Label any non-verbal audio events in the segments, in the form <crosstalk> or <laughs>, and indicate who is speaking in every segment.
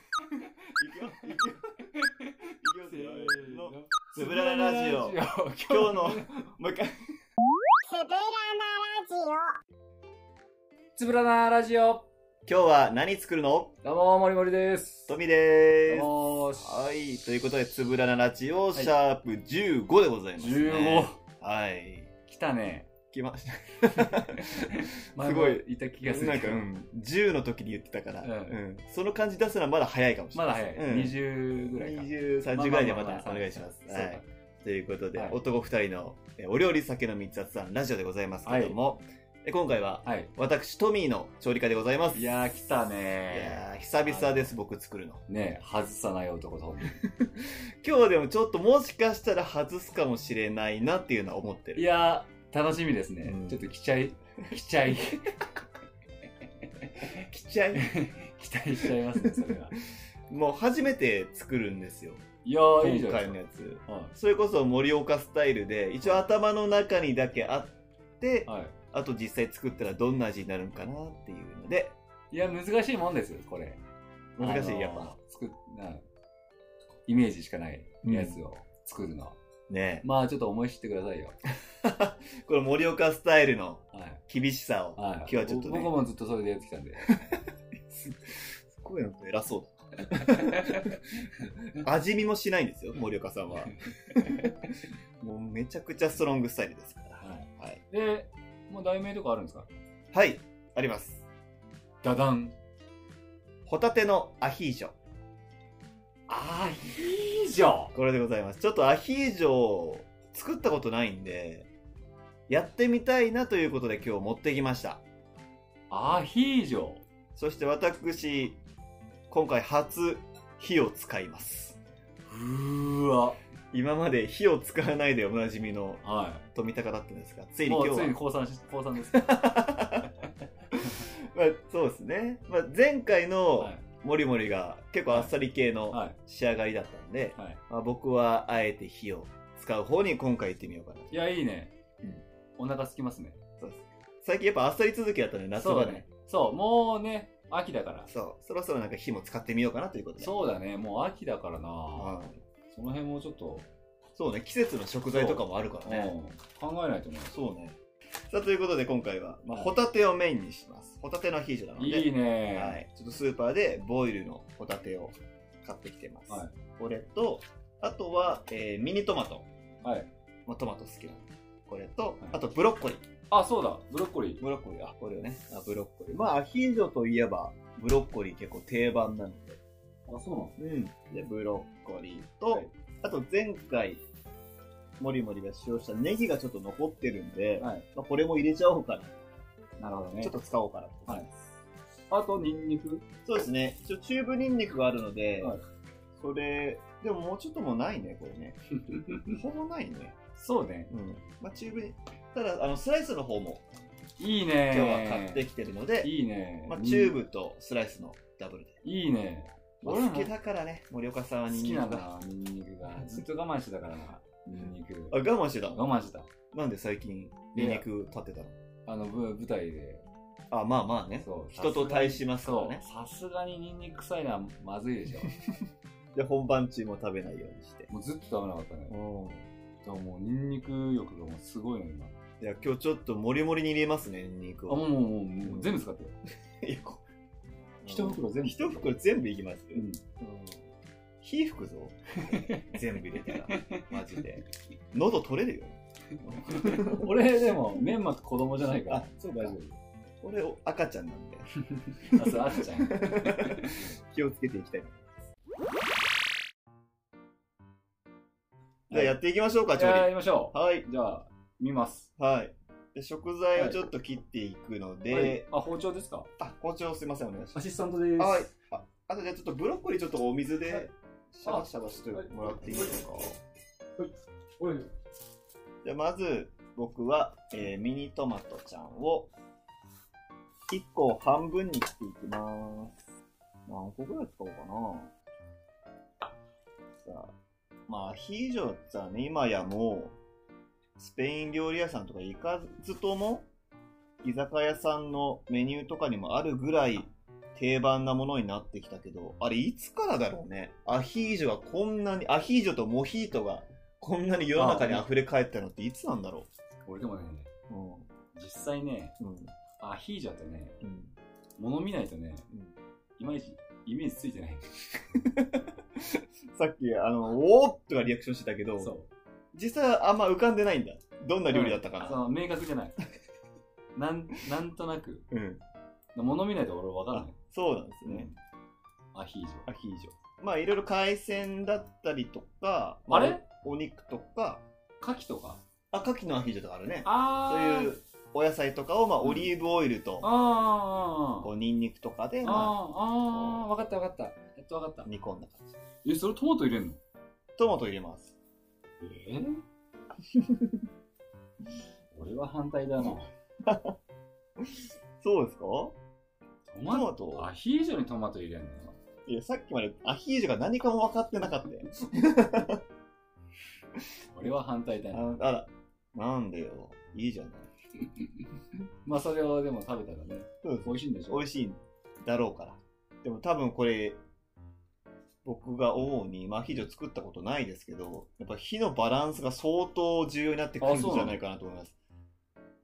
Speaker 1: いくよいくよいきますよのつぶらなラジオ今
Speaker 2: 今日
Speaker 1: 日のもう一回
Speaker 3: つぶらなラジオ
Speaker 2: つぶらなラジオ
Speaker 1: 今日は何作るの
Speaker 2: どうももりもりです
Speaker 1: とみ
Speaker 2: どう
Speaker 1: です
Speaker 2: もーし
Speaker 1: はいということでつぶらなラジオシャープ15でございます
Speaker 2: 15
Speaker 1: ねはい
Speaker 2: 来たね
Speaker 1: 来ました
Speaker 2: 前
Speaker 1: す
Speaker 2: も
Speaker 1: ごい
Speaker 2: いた気がする
Speaker 1: なんか、うん、10の時に言ってたから、
Speaker 2: うん
Speaker 1: うんその感じ出すのはまだ早いかもしれ
Speaker 2: ま
Speaker 1: な
Speaker 2: だ
Speaker 1: い
Speaker 2: 早い、
Speaker 1: うん
Speaker 2: 20ぐらいか
Speaker 1: 20、30ぐらいでまたお願いします。
Speaker 2: そうか
Speaker 1: はい。ということで、
Speaker 2: はい
Speaker 1: 男二人のえお料理酒の三つさんラジオでございますけども、え今回は
Speaker 2: はい
Speaker 1: 私、トミーの調理家でございます。
Speaker 2: いやー来た
Speaker 1: い
Speaker 2: ね
Speaker 1: やー久々です、僕作るの。
Speaker 2: ーねえ外さない男と
Speaker 1: 今日でもちょっともしかしたら外すかもしれないなっていうのは思って
Speaker 2: い
Speaker 1: る。
Speaker 2: やー楽しみですね、
Speaker 1: うん
Speaker 2: ちょっと来ちゃい来ちゃい <laughs>
Speaker 1: きちゃい。
Speaker 2: 期待しちゃいますねそれ
Speaker 1: <laughs>
Speaker 2: は
Speaker 1: もう初めて作るんですよ。
Speaker 2: いやーいいじゃ
Speaker 1: 今
Speaker 2: ない
Speaker 1: 回の
Speaker 2: で
Speaker 1: やつ。
Speaker 2: すかは
Speaker 1: それこそ盛岡スタイルで、一応頭の中にだけあって
Speaker 2: い、、はい
Speaker 1: あと実際作ったらどんな味になるんかなっていうので、
Speaker 2: いや、難しいもんですよ、これ。
Speaker 1: 難しい
Speaker 2: あのー
Speaker 1: やっぱ。
Speaker 2: 作っなイメージしかないやつを作るの。
Speaker 1: ね
Speaker 2: まあ、ちょっと思い知ってくださいよ。
Speaker 1: えこの盛岡スタイルの
Speaker 2: はい。
Speaker 1: 厳しさを、
Speaker 2: はい、
Speaker 1: 今日はちょっとね
Speaker 2: 僕もずっとそれでやってきたんで。
Speaker 1: すすごいなんか偉そうだ。味見もしないんですよ、盛岡さんは。もうめちゃくちゃストロングスタイルですから。
Speaker 2: はい
Speaker 1: はい。
Speaker 2: で、もう題名とかあるんですか
Speaker 1: はい、あります。
Speaker 2: ダダン。
Speaker 1: ホタテのアヒージョ。
Speaker 2: あー、いいじゃん
Speaker 1: これでございます。ちょっとアヒージョを作ったことないんで、やってみたいなということで今日持ってきました。
Speaker 2: アヒージョ。
Speaker 1: そして私、今回初火を使います。
Speaker 2: うーわ。
Speaker 1: 今まで火を使わないでおなじみの
Speaker 2: は
Speaker 1: 富高だったんですが、つい
Speaker 2: い。
Speaker 1: に
Speaker 2: も
Speaker 1: 今日
Speaker 2: うついに
Speaker 1: は、
Speaker 2: 降参し、降参です。は
Speaker 1: まあ、そうですね。まあ、前回のモリモリが結構あっさり系
Speaker 2: い。
Speaker 1: の
Speaker 2: はい。
Speaker 1: 仕上がりだったんで、
Speaker 2: はい。
Speaker 1: まあ、僕はあえて火を使う方に今回行ってみようかなと。
Speaker 2: いや、いいね
Speaker 1: うん。
Speaker 2: お腹空きますね。
Speaker 1: そうです最近やっぱあっさり続きだったんで、夏場
Speaker 2: そう
Speaker 1: ね
Speaker 2: だね。。そう、もうね、秋だから。
Speaker 1: そう、そろそろなんか火も使ってみようかなということで。
Speaker 2: そうだね、もう秋だからな、
Speaker 1: うん
Speaker 2: その辺もちょっと、
Speaker 1: そうね、季節の食材とかもあるからね。
Speaker 2: うん考えないと思
Speaker 1: そうね。さあ、ということで今回は、まあ、
Speaker 2: はい
Speaker 1: ホタテをメインにします。ホタテのアヒージョなの
Speaker 2: う。
Speaker 1: で。
Speaker 2: いいね、
Speaker 1: はい。ちょっとスーパーでボイルのホタテを買ってきてます。
Speaker 2: はい
Speaker 1: これと、あとは、えーミニトマト。
Speaker 2: はい
Speaker 1: まあ、トマト好きなんで。これと、
Speaker 2: い
Speaker 1: あとブロッコリー。
Speaker 2: あ、そうだ、ブロッコリー。
Speaker 1: ブロッコリー、あ、これをね。あブロッコリー。まあ、アヒージョといえば、ブロッコリー結構定番なので。
Speaker 2: あ、そうなの
Speaker 1: うん。で、ブロッコリーと、
Speaker 2: はい
Speaker 1: あと前回、もりもりが使用したネギがちょっと残ってるんで、
Speaker 2: はい
Speaker 1: まあ、これも入れちゃおうかな。
Speaker 2: なるほどね。
Speaker 1: ちょっと使おうかなと思います。
Speaker 2: あと、ニンニク。
Speaker 1: そうですね。一応チューブニンニクがあるので、
Speaker 2: はい
Speaker 1: それ、でももうちょっともうないね、これ <laughs> ね。ほぼないね。
Speaker 2: そうね。
Speaker 1: うん。まあ、チューブに、ただ、あの、スライスの方も
Speaker 2: いい
Speaker 1: 今
Speaker 2: ね
Speaker 1: 日は買ってきてるので、
Speaker 2: いいね
Speaker 1: まあ、チューブとスライスのダブルで。
Speaker 2: いいね。
Speaker 1: まあ
Speaker 2: 俺ら
Speaker 1: 好
Speaker 2: も
Speaker 1: きだからね、森岡さんは
Speaker 2: 好
Speaker 1: ニン
Speaker 2: き
Speaker 1: ニ
Speaker 2: な
Speaker 1: ク
Speaker 2: んだな、ニンニクが。ずっと我慢してたからな、ニンニク
Speaker 1: あ、。我慢してたの
Speaker 2: 我慢してた。
Speaker 1: なんで最近、ニンニク立ってたの
Speaker 2: あの、ぶ舞台で。
Speaker 1: あ、まあまあね。
Speaker 2: そう
Speaker 1: 人と対しますからね
Speaker 2: そうさすがにニンニク臭いのはまずいでしょ。
Speaker 1: で、本番中も食べないようにして。
Speaker 2: もうずっと食べなかったね。
Speaker 1: うん。
Speaker 2: だからもうニンニク欲がもうすごいの今。
Speaker 1: いや、今日ちょっともりもりに入れますね、ニンニ
Speaker 2: あ、
Speaker 1: ク
Speaker 2: も
Speaker 1: を。
Speaker 2: うもうもうもう全部使ってよ。
Speaker 1: <laughs> いやこ
Speaker 2: 一袋全部。
Speaker 1: 一袋全部いきますよ。
Speaker 2: うん。
Speaker 1: 火吹くぞ
Speaker 2: <laughs>
Speaker 1: 全部入れてたらマジで喉取れるよ
Speaker 2: 俺でも、メンマと子供じゃないから。
Speaker 1: そう
Speaker 2: 大丈
Speaker 1: 俺赤ちゃんなんで
Speaker 2: 夫。あ、そう、あっ
Speaker 1: <laughs>
Speaker 2: ちゃん。
Speaker 1: 気をつけていきたいと思いますじゃあやっていきましょうか
Speaker 2: じ
Speaker 1: 調
Speaker 2: ゃあや
Speaker 1: 理
Speaker 2: りましょ
Speaker 1: はい、
Speaker 2: う。じゃあ、見ます。
Speaker 1: はい、で食材をちょっと切っていくので、
Speaker 2: はいあ、包丁ですか
Speaker 1: あ包丁すいませんお願いし
Speaker 2: ア
Speaker 1: ます
Speaker 2: シスタントです。
Speaker 1: はいああとじゃあちょっとブロッコリーちょっとお水
Speaker 2: はい
Speaker 1: でシャバシャバしてもらっていいですか、
Speaker 2: おい。
Speaker 1: じゃあまず僕は、えーミニトマトちゃんを1個を半分に切っていきます。何個ぐらい使おうかな。さあ、まあアヒージョってさ、ね、今やもうスペイン料理屋さんとか行かずとも居酒屋さんのメニューとかにもあるぐらい定番なものになってきたけど、あれいつからだろうね。アヒージョがこんなに、アヒージョとモヒートがこんなに世の中に溢れ返ったのっていつなんだろ
Speaker 2: 俺でもね、
Speaker 1: う。うん。
Speaker 2: 実際ね、
Speaker 1: うん。
Speaker 2: アヒージョってね、
Speaker 1: うん。
Speaker 2: 物見ないとね、
Speaker 1: うん
Speaker 2: いまいちイメージついてない。
Speaker 1: さっき、あの、おーっとかリアクションしてたけど、
Speaker 2: そ
Speaker 1: 実際あんま浮かんでないんだ。どんな
Speaker 2: う。
Speaker 1: 料理だったか
Speaker 2: そ
Speaker 1: な。
Speaker 2: の明確じ
Speaker 1: <laughs>
Speaker 2: ゃない。なん、なんとなく、
Speaker 1: うん。
Speaker 2: 物見ないと俺わかん
Speaker 1: あ
Speaker 2: ない。、
Speaker 1: そうなんですね。
Speaker 2: アヒージョ。
Speaker 1: アヒージョ。まあ、いろいろ海鮮だったりとか、
Speaker 2: あれ
Speaker 1: まお肉とか、
Speaker 2: 牡蠣とか。
Speaker 1: あ、牡蠣のアヒージョとかあるね。
Speaker 2: あ
Speaker 1: そう
Speaker 2: ー。
Speaker 1: いうお野菜とかを、まあ、
Speaker 2: うん
Speaker 1: オリーブオイルと、
Speaker 2: あ
Speaker 1: こう、ニンニクとかで、
Speaker 2: ーあー。
Speaker 1: ま
Speaker 2: あー、わかったわかった。やっとわかった
Speaker 1: あ、。煮込んだ感じ。
Speaker 2: え、それトマト入れんの
Speaker 1: トマト入れます。
Speaker 2: え <laughs> 俺は反対だな。ト
Speaker 1: そうですか
Speaker 2: マト
Speaker 1: トマト
Speaker 2: アヒージョにトマト入れんの
Speaker 1: いや、さっきまでアヒージョが何かも分かってなかったよ。
Speaker 2: 俺は反対だ
Speaker 1: あ
Speaker 2: な。
Speaker 1: のあら、なんでよ。いいじゃない。
Speaker 2: まあそれをでも食べたらね、
Speaker 1: そうです
Speaker 2: 美。味しいんでしょ
Speaker 1: 美味しいんだろうから。でも多分これ、僕が思うに、まあ、アヒージョ作ったことないですけど、やっぱ火のバランスが相当重要になってくるん
Speaker 2: あ
Speaker 1: じ
Speaker 2: そうな
Speaker 1: ゃ
Speaker 2: の
Speaker 1: ないかなと思います。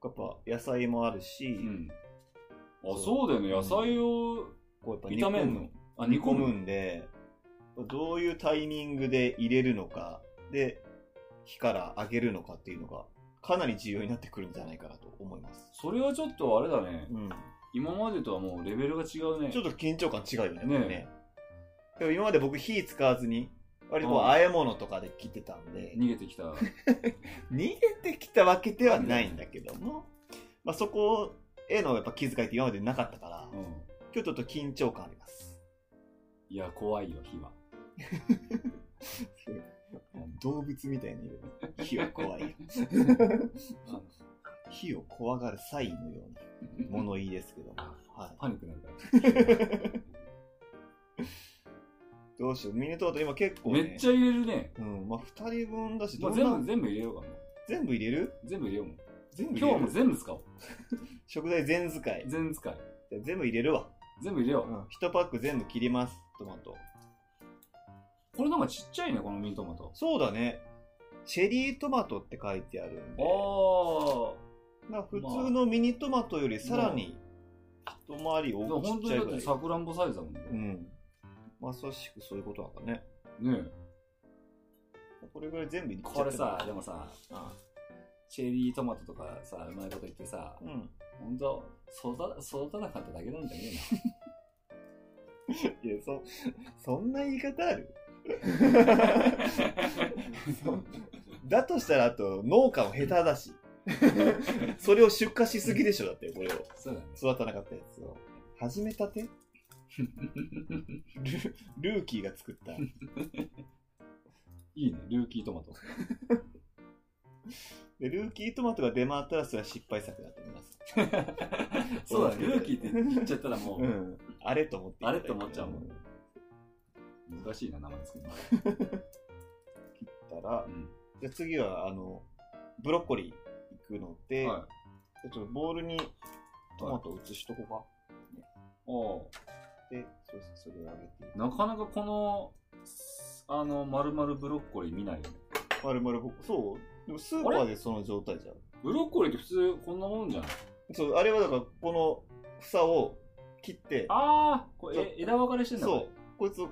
Speaker 1: やっぱ野菜もあるし、
Speaker 2: うん。あ、
Speaker 1: そう
Speaker 2: そうだよね。野菜を
Speaker 1: こうやっぱ煮込
Speaker 2: 炒めんの。あ、
Speaker 1: 煮込
Speaker 2: 煮込
Speaker 1: む
Speaker 2: む。
Speaker 1: んで、どういうタイミングで入れるのか、で、火から揚げるのかっていうのが、かなり重要になってくるんじゃないかなと思います。
Speaker 2: それはちょっとあれだね。
Speaker 1: うん。
Speaker 2: 今までとはもうレベルが違うね。
Speaker 1: ちょっと緊張感違うよね、
Speaker 2: ね
Speaker 1: これね。でも今まで僕火使わずに、割とこう
Speaker 2: うん
Speaker 1: 和え物とかで切ってたんで、
Speaker 2: 逃げてきた。
Speaker 1: 逃げてきたわけではないんだけども、まあ、そこへのやっぱ気遣いって今までなかったから、
Speaker 2: う
Speaker 1: 今
Speaker 2: ん。
Speaker 1: 日ちょっと緊張感あります。
Speaker 2: いや、怖いよ、火 <laughs> は。
Speaker 1: 動物みたいに言う火は怖いよ。火を怖がるサインのような物言いですけども、は
Speaker 2: パニックになるから。 <laughs>
Speaker 1: い、どうしよう、ミニトマト今結構ね、
Speaker 2: めっちゃ入れるね。
Speaker 1: うん、まあ2人分だし、
Speaker 2: ま
Speaker 1: ど
Speaker 2: あ
Speaker 1: んな
Speaker 2: 全部、全部入れようかもう。
Speaker 1: 全部入れる
Speaker 2: 全部入れようもん。
Speaker 1: 全部入
Speaker 2: 今日
Speaker 1: れ
Speaker 2: は
Speaker 1: る
Speaker 2: もう全部使おう。
Speaker 1: 食材全使い。
Speaker 2: 全使い。
Speaker 1: じゃあ全部入れるわ。
Speaker 2: 全部入れよ
Speaker 1: う
Speaker 2: う。
Speaker 1: ん、1パック全部切ります、トマト。
Speaker 2: これなんかちっちゃいね、このミニトマト。
Speaker 1: そうだね。チェリートマトって書いてあるんで、
Speaker 2: あ
Speaker 1: まあ、普通のミニトマトよりさらに一回り
Speaker 2: あ。でも
Speaker 1: 大き
Speaker 2: 本
Speaker 1: くちっ
Speaker 2: 当
Speaker 1: ちゃい
Speaker 2: にだっ
Speaker 1: ぐら
Speaker 2: て
Speaker 1: い。
Speaker 2: さくらんぼサイズだもんね。
Speaker 1: うん。まさしくそういうことなんだね。
Speaker 2: ねえ
Speaker 1: これぐらい全部いっちゃって
Speaker 2: これさ、でもさ、
Speaker 1: あ
Speaker 2: チェリートマトとかさ、うまいこと言ってさ
Speaker 1: あ、うん。
Speaker 2: 本当育た育たなかっただけなんじゃね
Speaker 1: いや、そ、 <laughs> そんな言い方ある <laughs> だとしたら、あと、農家も下手だ
Speaker 2: <laughs>
Speaker 1: し。
Speaker 2: えな。
Speaker 1: それを出荷しすぎでしょ、だって、これを。
Speaker 2: そうだね。
Speaker 1: 育たなかったやつを。始めたてルルーキーが作った。
Speaker 2: いいね、ルーキートマト。
Speaker 1: でルーキートマトが出回ったら、それは失敗作だと思います。
Speaker 2: <laughs> そう <laughs> だね、ルーキーって言っちゃったらも
Speaker 1: う
Speaker 2: う、
Speaker 1: ん。あれと思っていただいて
Speaker 2: あれと思っちゃうもん難しいな、名前作るの。
Speaker 1: たら
Speaker 2: う、ん
Speaker 1: じゃあ次は、あの、ブロッコリーいくので、
Speaker 2: はい。
Speaker 1: ちょっとボウルにトマトを移しとこうか。
Speaker 2: お
Speaker 1: で、そうですそれをあげていく。
Speaker 2: なかなかこの、あの、丸々ブロッコリー見ないよね。
Speaker 1: 丸々僕、そうでもスーパーでその状態じゃん。
Speaker 2: ブロッコリーって普通こんなもんじゃない
Speaker 1: そう、あれはだから、この房を切って、
Speaker 2: ああ、これえ枝分かれしてんだ
Speaker 1: そ
Speaker 2: こ
Speaker 1: うこ
Speaker 2: れ、
Speaker 1: いつ、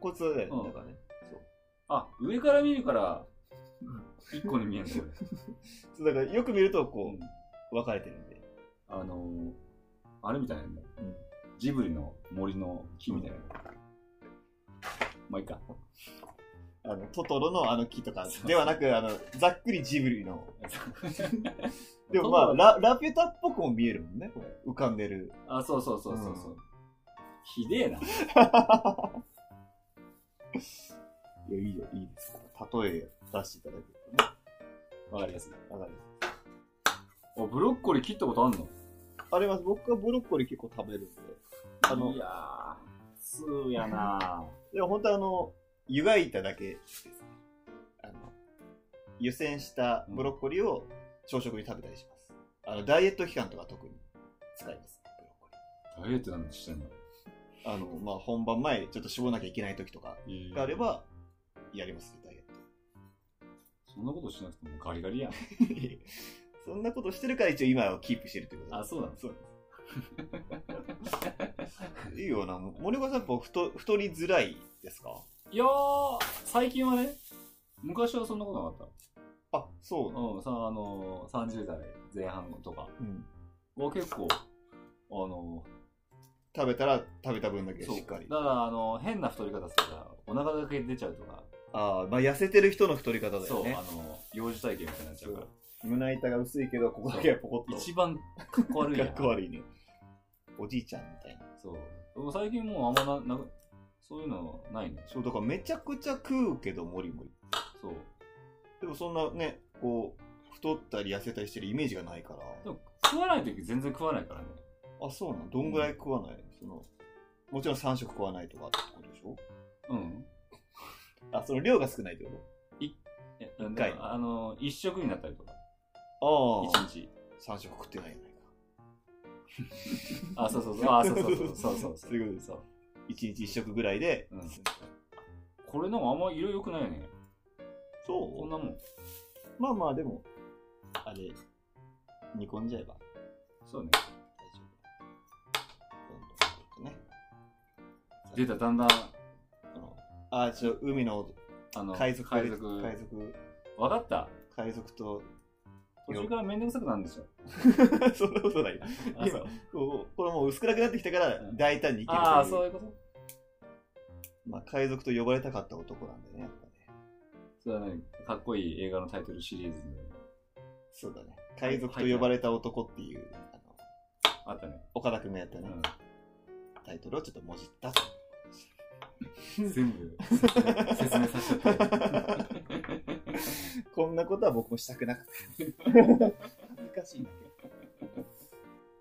Speaker 1: こいつだよ
Speaker 2: うん
Speaker 1: ね、だからね。そう。
Speaker 2: あ、上から見るから、一個に見えんの、こ
Speaker 1: そうだから、よく見ると、
Speaker 2: れ。
Speaker 1: こう、分かれてるんで。
Speaker 2: あのー、あれみたいなね、
Speaker 1: うん
Speaker 2: ジブリの森の木みたいな。まあいいか。
Speaker 1: あの、トトロのあの木とか、ではなく、あの、ざっくりジブリの。 <laughs> でもま
Speaker 2: <laughs>
Speaker 1: あ、ラ、ラピュタっぽくも見えるもんね、これ。浮かんでる。
Speaker 2: あ、そうそうそうそうそう。ひでえな。
Speaker 1: いや、いいよ、いいです。例え出していただけるとね。
Speaker 2: わかりやすい。
Speaker 1: わかります
Speaker 2: あ、ブロッコリー切ったことあんの
Speaker 1: あります。僕はブロッコリー結構食べるんで。あの
Speaker 2: い、やー、普通やな
Speaker 1: でも本当あの、湯がいただけですね。あの、湯煎したブロッコリーを朝食に食べたりします。あの、ダイエット期間とか特に使います。ブロッコリー。
Speaker 2: ダイエットなんてしてんの
Speaker 1: あの、まあ、本番前、ちょっと絞らなきゃいけない時とかがあれば、やります、ダイエット。
Speaker 2: そんなことしなくてもガリガリやん。
Speaker 1: <laughs> そんなことしてるから一応今をキープしてるってこと
Speaker 2: あ、そうなんです。
Speaker 1: そうです。いいよな。森岡さんやっぱ太太りづらいですか
Speaker 2: いやー、最近はね、昔はそんなことなかっ
Speaker 1: あ、そう
Speaker 2: た。
Speaker 1: な。
Speaker 2: うん、さ、あのー、30代前半とか
Speaker 1: うん。
Speaker 2: は結構、あの
Speaker 1: 食べたら食べた分だ
Speaker 2: ー、
Speaker 1: け
Speaker 2: そう
Speaker 1: しっかり
Speaker 2: だ。から、あのー、変な太り方するから、お腹だけ出ちゃうとか、
Speaker 1: ああ、まあ痩せてる人の太り方だ
Speaker 2: そ
Speaker 1: よ
Speaker 2: う、あ
Speaker 1: ね。
Speaker 2: のー、幼児体験みたいになっちゃうから。
Speaker 1: 胸板が薄いけど、ここだけはポコッと。
Speaker 2: 一番かっこ悪いや
Speaker 1: か
Speaker 2: ん。
Speaker 1: っこ悪いね。おじいちゃんみたいな。
Speaker 2: そう。でも最近もうあんまな、なくそういうのないね。
Speaker 1: そう、だからめちゃくちゃ食うけど、もりもり。
Speaker 2: そう。
Speaker 1: でもそんなね、こう、太ったり痩せたりしてるイメージがないから
Speaker 2: で。も、食わないとき全然食わないからね。
Speaker 1: あ、そうなのどんぐらい食わない、その、もちろん3食食わないとかってことでしょ
Speaker 2: うん。
Speaker 1: あ、その量が少ないってこ
Speaker 2: いやでも
Speaker 1: 回
Speaker 2: あのー、一食になったりとか、
Speaker 1: と
Speaker 2: 一日。
Speaker 1: ああ。3食食ってないじゃないか。
Speaker 2: あ、そうそうそう。あ、そうそうそう。そうそうそ
Speaker 1: <laughs> そういうこと
Speaker 2: う
Speaker 1: です
Speaker 2: そう。
Speaker 1: 1日1食ぐらいで。
Speaker 2: うんこれなんかあんま色良くないよね。こ
Speaker 1: そ
Speaker 2: んなもん。
Speaker 1: うまあまあ、でも、あれ、煮込んじゃえば
Speaker 2: そうね。
Speaker 1: 大丈夫。どんどんどんどんね。
Speaker 2: 出た、だんだん、
Speaker 1: このあ、ちょ、海の
Speaker 2: あの、
Speaker 1: 海賊。
Speaker 2: 海
Speaker 1: 海
Speaker 2: 賊。
Speaker 1: 賊。
Speaker 2: わかった。
Speaker 1: 海賊と。
Speaker 2: 途中からめんどくさくなるんでしょ。
Speaker 1: <laughs> そんなことない。
Speaker 2: あ、そう。
Speaker 1: こうこれもう薄暗くなってきたから
Speaker 2: うん
Speaker 1: 大胆にいける
Speaker 2: あー
Speaker 1: と
Speaker 2: そ
Speaker 1: いうう
Speaker 2: いうこと
Speaker 1: まあ、海賊と呼ばれたかった男なんだよねやっぱね
Speaker 2: それはね、かっこいい映画のタイトルシリーズに
Speaker 1: そうだね海賊と呼ばれた男っていう、あの
Speaker 2: あったね。
Speaker 1: 岡田君がやったね、
Speaker 2: う
Speaker 1: タイトルをちょっともじった <laughs>
Speaker 2: ん。全部説明、説明させちゃったよ。
Speaker 1: こんなことは僕もしたくなかった恥ずかしいんだ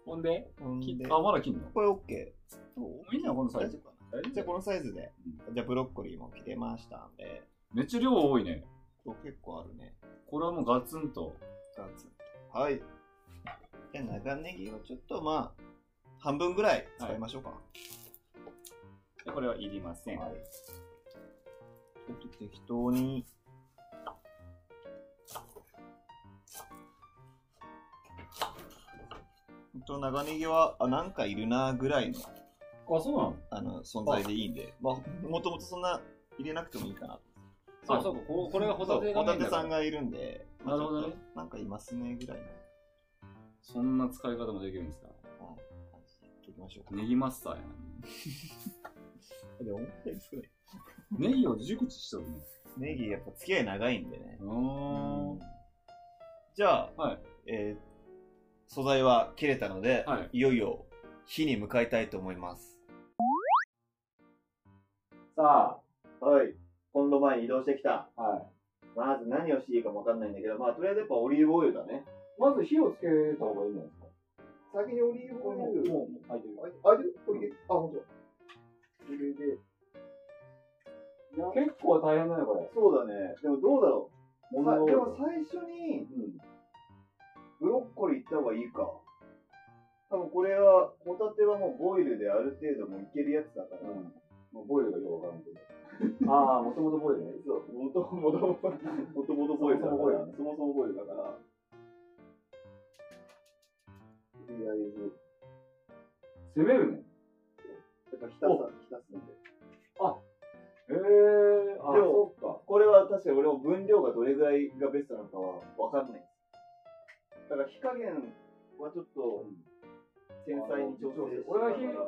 Speaker 2: ほんで、
Speaker 1: けどほんで
Speaker 2: 切っあ、まだ切んの
Speaker 1: これ OK どう
Speaker 2: いいなこのサイ
Speaker 1: 大
Speaker 2: ズ
Speaker 1: 丈夫か
Speaker 2: 大
Speaker 1: なじゃあこのサイズで、じゃあブロッコリーも切れましたんで
Speaker 2: めっちゃ量多いね。
Speaker 1: これ結構あるね
Speaker 2: これはもうガツンと。
Speaker 1: ガツンとはいじゃあ長ネギをちょっとまあ半分ぐらい使いましょうか、
Speaker 2: でこれはいりません。
Speaker 1: はい。ちょっと適当に。ほんと長ネギは、あ、なんかいるなぐらいの
Speaker 2: あ、そうなの
Speaker 1: あの存在でいいんで、まあ、もともとそんな入れなくてもいいかな。
Speaker 2: あ、そうか。ここれがホタ
Speaker 1: そ
Speaker 2: テ
Speaker 1: う
Speaker 2: が
Speaker 1: ホタ
Speaker 2: メインだ
Speaker 1: テ
Speaker 2: から
Speaker 1: さんがいるんで、
Speaker 2: なるほど
Speaker 1: ま
Speaker 2: ね
Speaker 1: あちょっとなんかいますねぐらいの
Speaker 2: そんな使い方もできるんですか
Speaker 1: はい感じでやっていきましょうか。
Speaker 2: ネギマ
Speaker 1: <laughs>
Speaker 2: スターや
Speaker 1: でも思ったより少ない
Speaker 2: な。ネギを熟知しとるね。
Speaker 1: ネギやっぱ付き合い長いんでね。
Speaker 2: うーん。
Speaker 1: じゃあ、
Speaker 2: はい。
Speaker 1: えー素材は切れたので、
Speaker 2: はい。
Speaker 1: いよいよ火に向かいたいと思います。
Speaker 2: さ
Speaker 1: はい。コンロ前に移動してきた。
Speaker 2: あ、はい。
Speaker 1: まず何をしていいかもわかんないんだけど、まあとりあえずやっぱオリーブオイルだね。
Speaker 2: まず火をつけた方がいいんじゃないですか
Speaker 1: 先にオリーブオイル。
Speaker 2: もう、もう、開いてる。
Speaker 1: あ、あでこれ、あ、ほんとだ。これで。
Speaker 2: 結構大変だね、これ。
Speaker 1: そうだね。でもどうだろう。さ
Speaker 2: 物を
Speaker 1: でも最初に
Speaker 2: うん。
Speaker 1: ブロッコリーいった方がいいか。多分これは、ホタテはもうボイルである程度もういけるやつだから。
Speaker 2: うん。もうボイルがよくわからん <laughs> けど。ああ、もともとボイルね。
Speaker 1: そう、もともと、もともとボイルだから、そもそもボイルだから。とりあえず、
Speaker 2: 攻めるね。
Speaker 1: やっぱ浸す、浸すんで。
Speaker 2: へえ。あ、
Speaker 1: でも
Speaker 2: そっか。
Speaker 1: これは確かに俺も分量がどれぐらいがベストなのかはわかんない。だから火加減はちょっと、繊細に調整して
Speaker 2: 俺は火
Speaker 1: だから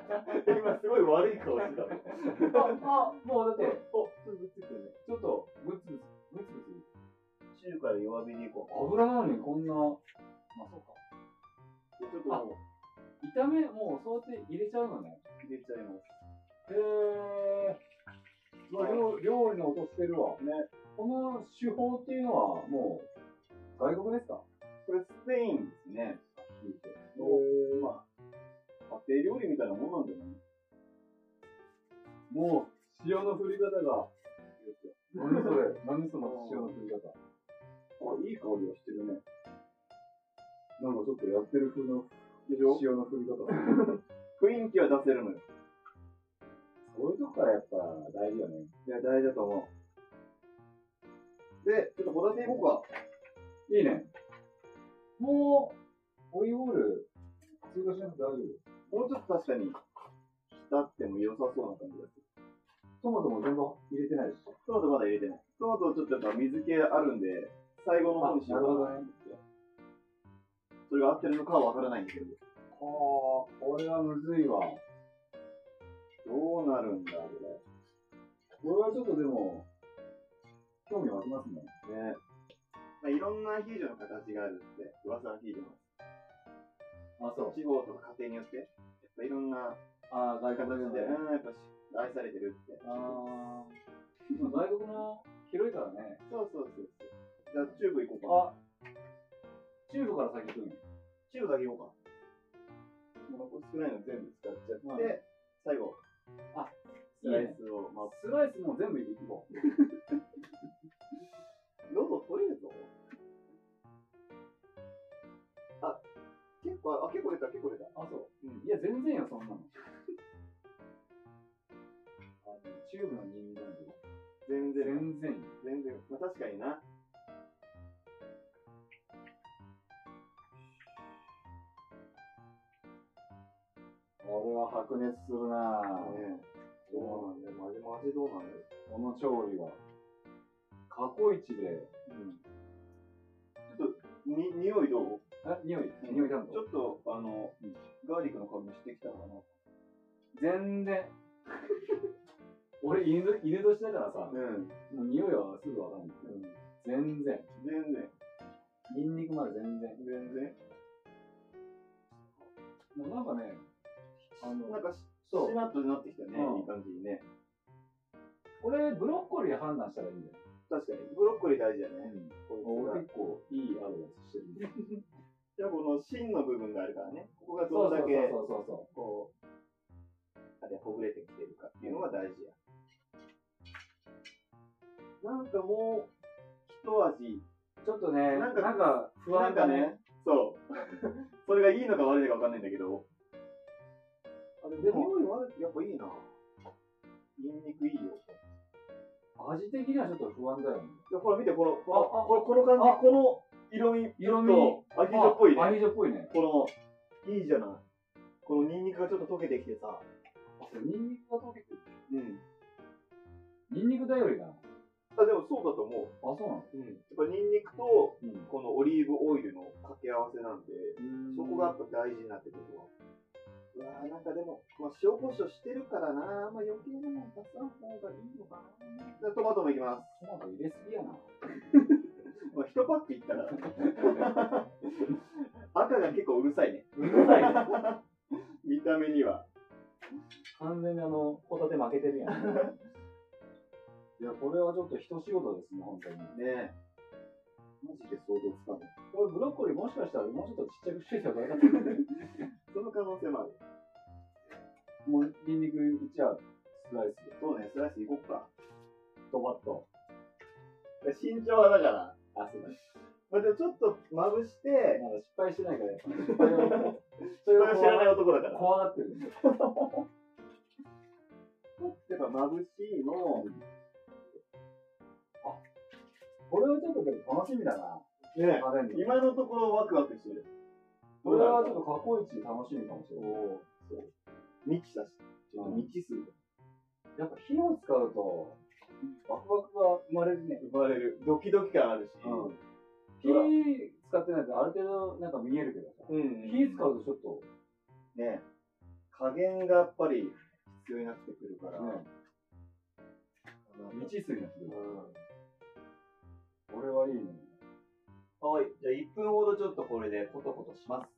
Speaker 1: <laughs> 今すごい悪い顔して <laughs> た。
Speaker 2: あ、あ、もうだって、
Speaker 1: お、それぶっついてるね。
Speaker 2: ちょっと、グツグツ、グツグツ。
Speaker 1: 中から弱火にいこう。
Speaker 2: 油なのにこんな、まあそうか。
Speaker 1: ちょっともう
Speaker 2: 炒め、もうそうやって入れちゃうのね。
Speaker 1: 入れちゃいます。
Speaker 2: へえ。うわ料料理の音してるわ。ね。この手法っていうのは、もう、外国ですか
Speaker 1: これスペインですね。の、まあ、家庭料理みたいなもんなんじゃない
Speaker 2: もう、塩の振り方が、何それ、何その塩の振り方。
Speaker 1: あ、いい香りがしてるね。
Speaker 2: なんかちょっとやってる風の
Speaker 1: でしょ
Speaker 2: 塩の振り方。
Speaker 1: 雰囲気は出せるのよ。
Speaker 2: そういうとこからやっぱ大事よね。
Speaker 1: いや、大事だと思う。で、ちょっとホタテいこうか。
Speaker 2: いいね。もう、オリーブオイル、追加しなくて大丈夫。
Speaker 1: もうちょっと確かに、浸っても良さそうな感じだけど。
Speaker 2: トマトも全部入れてないし。
Speaker 1: トマトまだ入れてない。トマトちょっとやっぱ水気あるんで、最後の方にしようかなと思って。それが合ってるのかはわからないんだけど。
Speaker 2: ああ、これはむずいわ。
Speaker 1: どうなるんだろうね。
Speaker 2: これはちょっとでも、興味湧きますね。
Speaker 1: ね。まあ、いろんなアヒージョの形があるって、噂アヒージョの。
Speaker 2: あ、そう。
Speaker 1: 地方とか家庭によって、やっぱいろんな
Speaker 2: ああ、外
Speaker 1: 形で、う
Speaker 2: 国
Speaker 1: ん、
Speaker 2: で。
Speaker 1: やっぱし愛されてるって。
Speaker 2: ああ、外国も広いからね。
Speaker 1: そうそうそうそう。じゃあ、チューブ行こうか。
Speaker 2: あ、中部から先行くんや。
Speaker 1: チューブだけ行こうか。もう少ないの全部使っちゃって、
Speaker 2: はい
Speaker 1: 最後、
Speaker 2: あ、
Speaker 1: スライスを、まあ、
Speaker 2: スライスも全部いこう。
Speaker 1: 喉取れるぞ。あ、結構、あ、結構出た、結構出た。
Speaker 2: あ、そう。
Speaker 1: うん
Speaker 2: いや、全然よ、そんなの。あのチューブの人間
Speaker 1: 全
Speaker 2: で。
Speaker 1: 然、
Speaker 2: 全然よ。
Speaker 1: 全然、まあ確かにな。
Speaker 2: これは白熱するなぁ。
Speaker 1: ねどうなんだよ、マジマジどうなんだよ。
Speaker 2: この調理は。過去一で、
Speaker 1: うん。ちょっと、に、匂いどう
Speaker 2: え、匂い、匂い担
Speaker 1: ち
Speaker 2: 当。
Speaker 1: ょっと、あの、ガーリックの香りしてきたかな。
Speaker 2: 全 <laughs> 然。俺犬、犬年だからさ、も
Speaker 1: うん。
Speaker 2: う匂いはすぐわかんない。全然。
Speaker 1: 全然、
Speaker 2: ニンニクまで全然。
Speaker 1: 全然。
Speaker 2: もうなんかね、あの、
Speaker 1: なんかし、
Speaker 2: そう
Speaker 1: しなっとなってきたね、
Speaker 2: う
Speaker 1: い
Speaker 2: ん
Speaker 1: い感じにね。
Speaker 2: これブロッコリー判断したらいいんだよ。
Speaker 1: 確かに、ブロッコリー大事だね。こいつが
Speaker 2: 俺結構いいアドバイスしてる
Speaker 1: <laughs>
Speaker 2: んで。
Speaker 1: じゃあ、この芯の部分があるからね、ここが
Speaker 2: そ
Speaker 1: ど
Speaker 2: う
Speaker 1: れ
Speaker 2: そ
Speaker 1: だ
Speaker 2: う
Speaker 1: け、
Speaker 2: そうそうそ
Speaker 1: こう、あれ、ほぐれてきてるかっていうのが大事や。なんかもう、一味、
Speaker 2: う。ちょっとね、
Speaker 1: な
Speaker 2: なんん
Speaker 1: か
Speaker 2: か不安だね。、
Speaker 1: そう。 <laughs> それがいいのか悪いのかわかんないんだけど。あで
Speaker 2: でも
Speaker 1: も、匂いはやっぱいいな。ニンニクいいよ。
Speaker 2: 味的にはちょっと不安だよね。
Speaker 1: いや、ほら見て、この、この、
Speaker 2: ああ
Speaker 1: このこの感
Speaker 2: あ
Speaker 1: じ、この色味、
Speaker 2: 色味
Speaker 1: とアヒージョっぽい
Speaker 2: あアヒ
Speaker 1: ね。
Speaker 2: ージョっぽいね。
Speaker 1: この、いいじゃない。このニンニクがちょっと溶けてきてさ。
Speaker 2: あこれニンニクが溶けてる。
Speaker 1: うん。
Speaker 2: ニンニク頼りだな。あ、
Speaker 1: あ、でもそうだと思う。
Speaker 2: そうなの
Speaker 1: うん。やっぱニンニクと、
Speaker 2: うん。
Speaker 1: このオリーブオイルの掛け合わせなんで、そこがや
Speaker 2: う
Speaker 1: っぱ大事になってくるわ。うわーなんかでも、まあ、塩コショウしてるからなあんま余計なもん出さん方がいいのかなじゃあトマトもいきます。
Speaker 2: ーんトマト入れすぎやな。
Speaker 1: まあ、一パックいったら。 <laughs> 赤が結構うるさいね。
Speaker 2: うるさいね。
Speaker 1: 見た目には。
Speaker 2: 完全にあの、ホタテ負けてる
Speaker 1: <laughs>
Speaker 2: やん。いや、これはちょっと一仕事ですね、本当に。
Speaker 1: ねえ。マジで想像つかない。
Speaker 2: これブロッコリーもしかしたらもうちょっとちっちゃくしていたらよか
Speaker 1: <laughs>
Speaker 2: ったんだけ
Speaker 1: その可能性もある。
Speaker 2: どもうニンニクいっちゃう。スライスで。
Speaker 1: そうね、スライスいこっか。
Speaker 2: ドバッと。
Speaker 1: 身長はだから。
Speaker 2: あ、そうだ。
Speaker 1: まあ、でもちょっとまぶして、
Speaker 2: まだ失敗してないから、やっぱ失
Speaker 1: <laughs>
Speaker 2: 敗を。そ
Speaker 1: そ
Speaker 2: れ
Speaker 1: れは
Speaker 2: を
Speaker 1: 知らない
Speaker 2: 怖
Speaker 1: 男だから。
Speaker 2: 怖がってる。
Speaker 1: 例えば、まぶしいの、
Speaker 2: これはちょっとでも楽しみだな。
Speaker 1: ねえ
Speaker 2: 食べるの。
Speaker 1: 今のところワクワクしてる。
Speaker 2: これはちょっと過去一楽しみかもしれない。
Speaker 1: おそう。ミキだし、ちょっとミキ数が
Speaker 2: やっぱ火を使うと、バクバクが生まれるね。
Speaker 1: 生まれる。ドキドキ感あるし。
Speaker 2: うん火
Speaker 1: ほら
Speaker 2: 使ってないとある程度なんか見えるけどさ。
Speaker 1: うん
Speaker 2: 火使うとちょっと、
Speaker 1: ね、加減がやっぱり必要になってくるから、
Speaker 2: ね、
Speaker 1: 未知
Speaker 2: 未知数になってく
Speaker 1: 数
Speaker 2: る。これはいいね。
Speaker 1: はい、じゃあ1分ほどちょっとこれでコトコトします。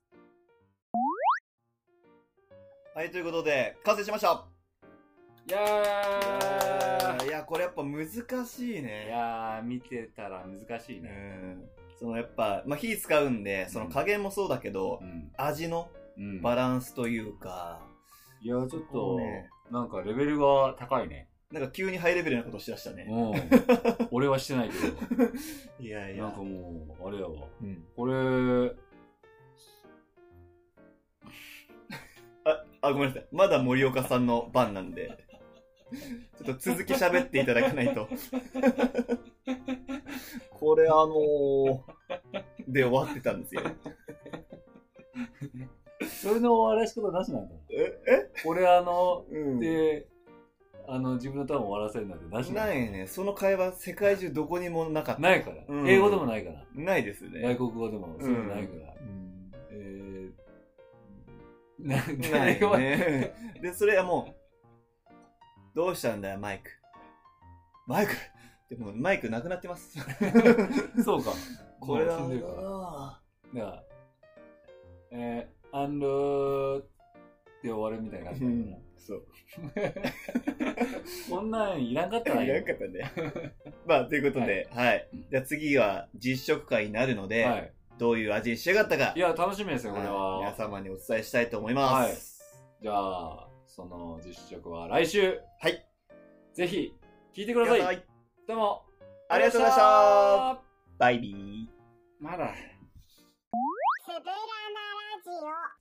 Speaker 1: はい、ということで、完成しました
Speaker 4: いや
Speaker 1: いや、これやっぱ難しい
Speaker 4: ーい
Speaker 1: ね。
Speaker 4: やー見てたら難しいうね。
Speaker 1: ん。そのやっぱ、まあ、火使うんで、その加減もそうだけど、
Speaker 4: うん。
Speaker 1: 味の
Speaker 4: うん。
Speaker 1: バランスというか、
Speaker 4: いやーちょっと、
Speaker 1: ね
Speaker 4: なんかレベルが高いね。
Speaker 1: なんか急にハイレベルなことしだしたね。
Speaker 4: うん。俺はしてないけ
Speaker 1: いやい
Speaker 4: ど。なん
Speaker 1: や
Speaker 4: か。もう、あれやわ。
Speaker 1: うん。
Speaker 4: これ、
Speaker 1: あ、ごめんなさい。まだ森岡さんの番なんで。ちょっと続き喋っていただかないと。これあのー、で終わってたんですよ。
Speaker 2: それの終わらし方なしなんだ。
Speaker 1: ええ
Speaker 2: 俺あの、
Speaker 1: うん。
Speaker 2: で、あの、自分のターン終わらせるなんてなし
Speaker 1: ないね。その会話、世界中どこにもなかった。
Speaker 2: ないから、
Speaker 1: うん
Speaker 2: 英語でもないから。
Speaker 1: ないですね。
Speaker 2: 外国語でもそういうのないから。
Speaker 1: うん
Speaker 2: えー、な <laughs>
Speaker 1: ない
Speaker 2: 誰が
Speaker 1: ね。で、それはもう、どうしたんだよ、マイク。マイクでも、マイクなくなって
Speaker 2: <laughs>
Speaker 1: ます。
Speaker 2: そうか。
Speaker 1: これは
Speaker 2: もう死んでるから。だから、えー、アンドで終わるみたいな感じだから
Speaker 1: うんそう。
Speaker 2: こんなんいらんかったら
Speaker 1: いらんかったね。まあ、ということで、はい。じゃあ次は実食会になるので、
Speaker 2: はい。
Speaker 1: どういう味に仕上がったか
Speaker 2: い、や、楽しみですよ、これ
Speaker 1: はい
Speaker 2: は。
Speaker 1: 皆様にお伝えしたいと思います。
Speaker 2: じゃあ、その実食は来週。
Speaker 1: はい。
Speaker 2: ぜひ、聞いてください。
Speaker 1: はい。
Speaker 2: どうも。
Speaker 1: ありがとうございました。バイビー。
Speaker 2: まだ。
Speaker 5: すべらなラジオ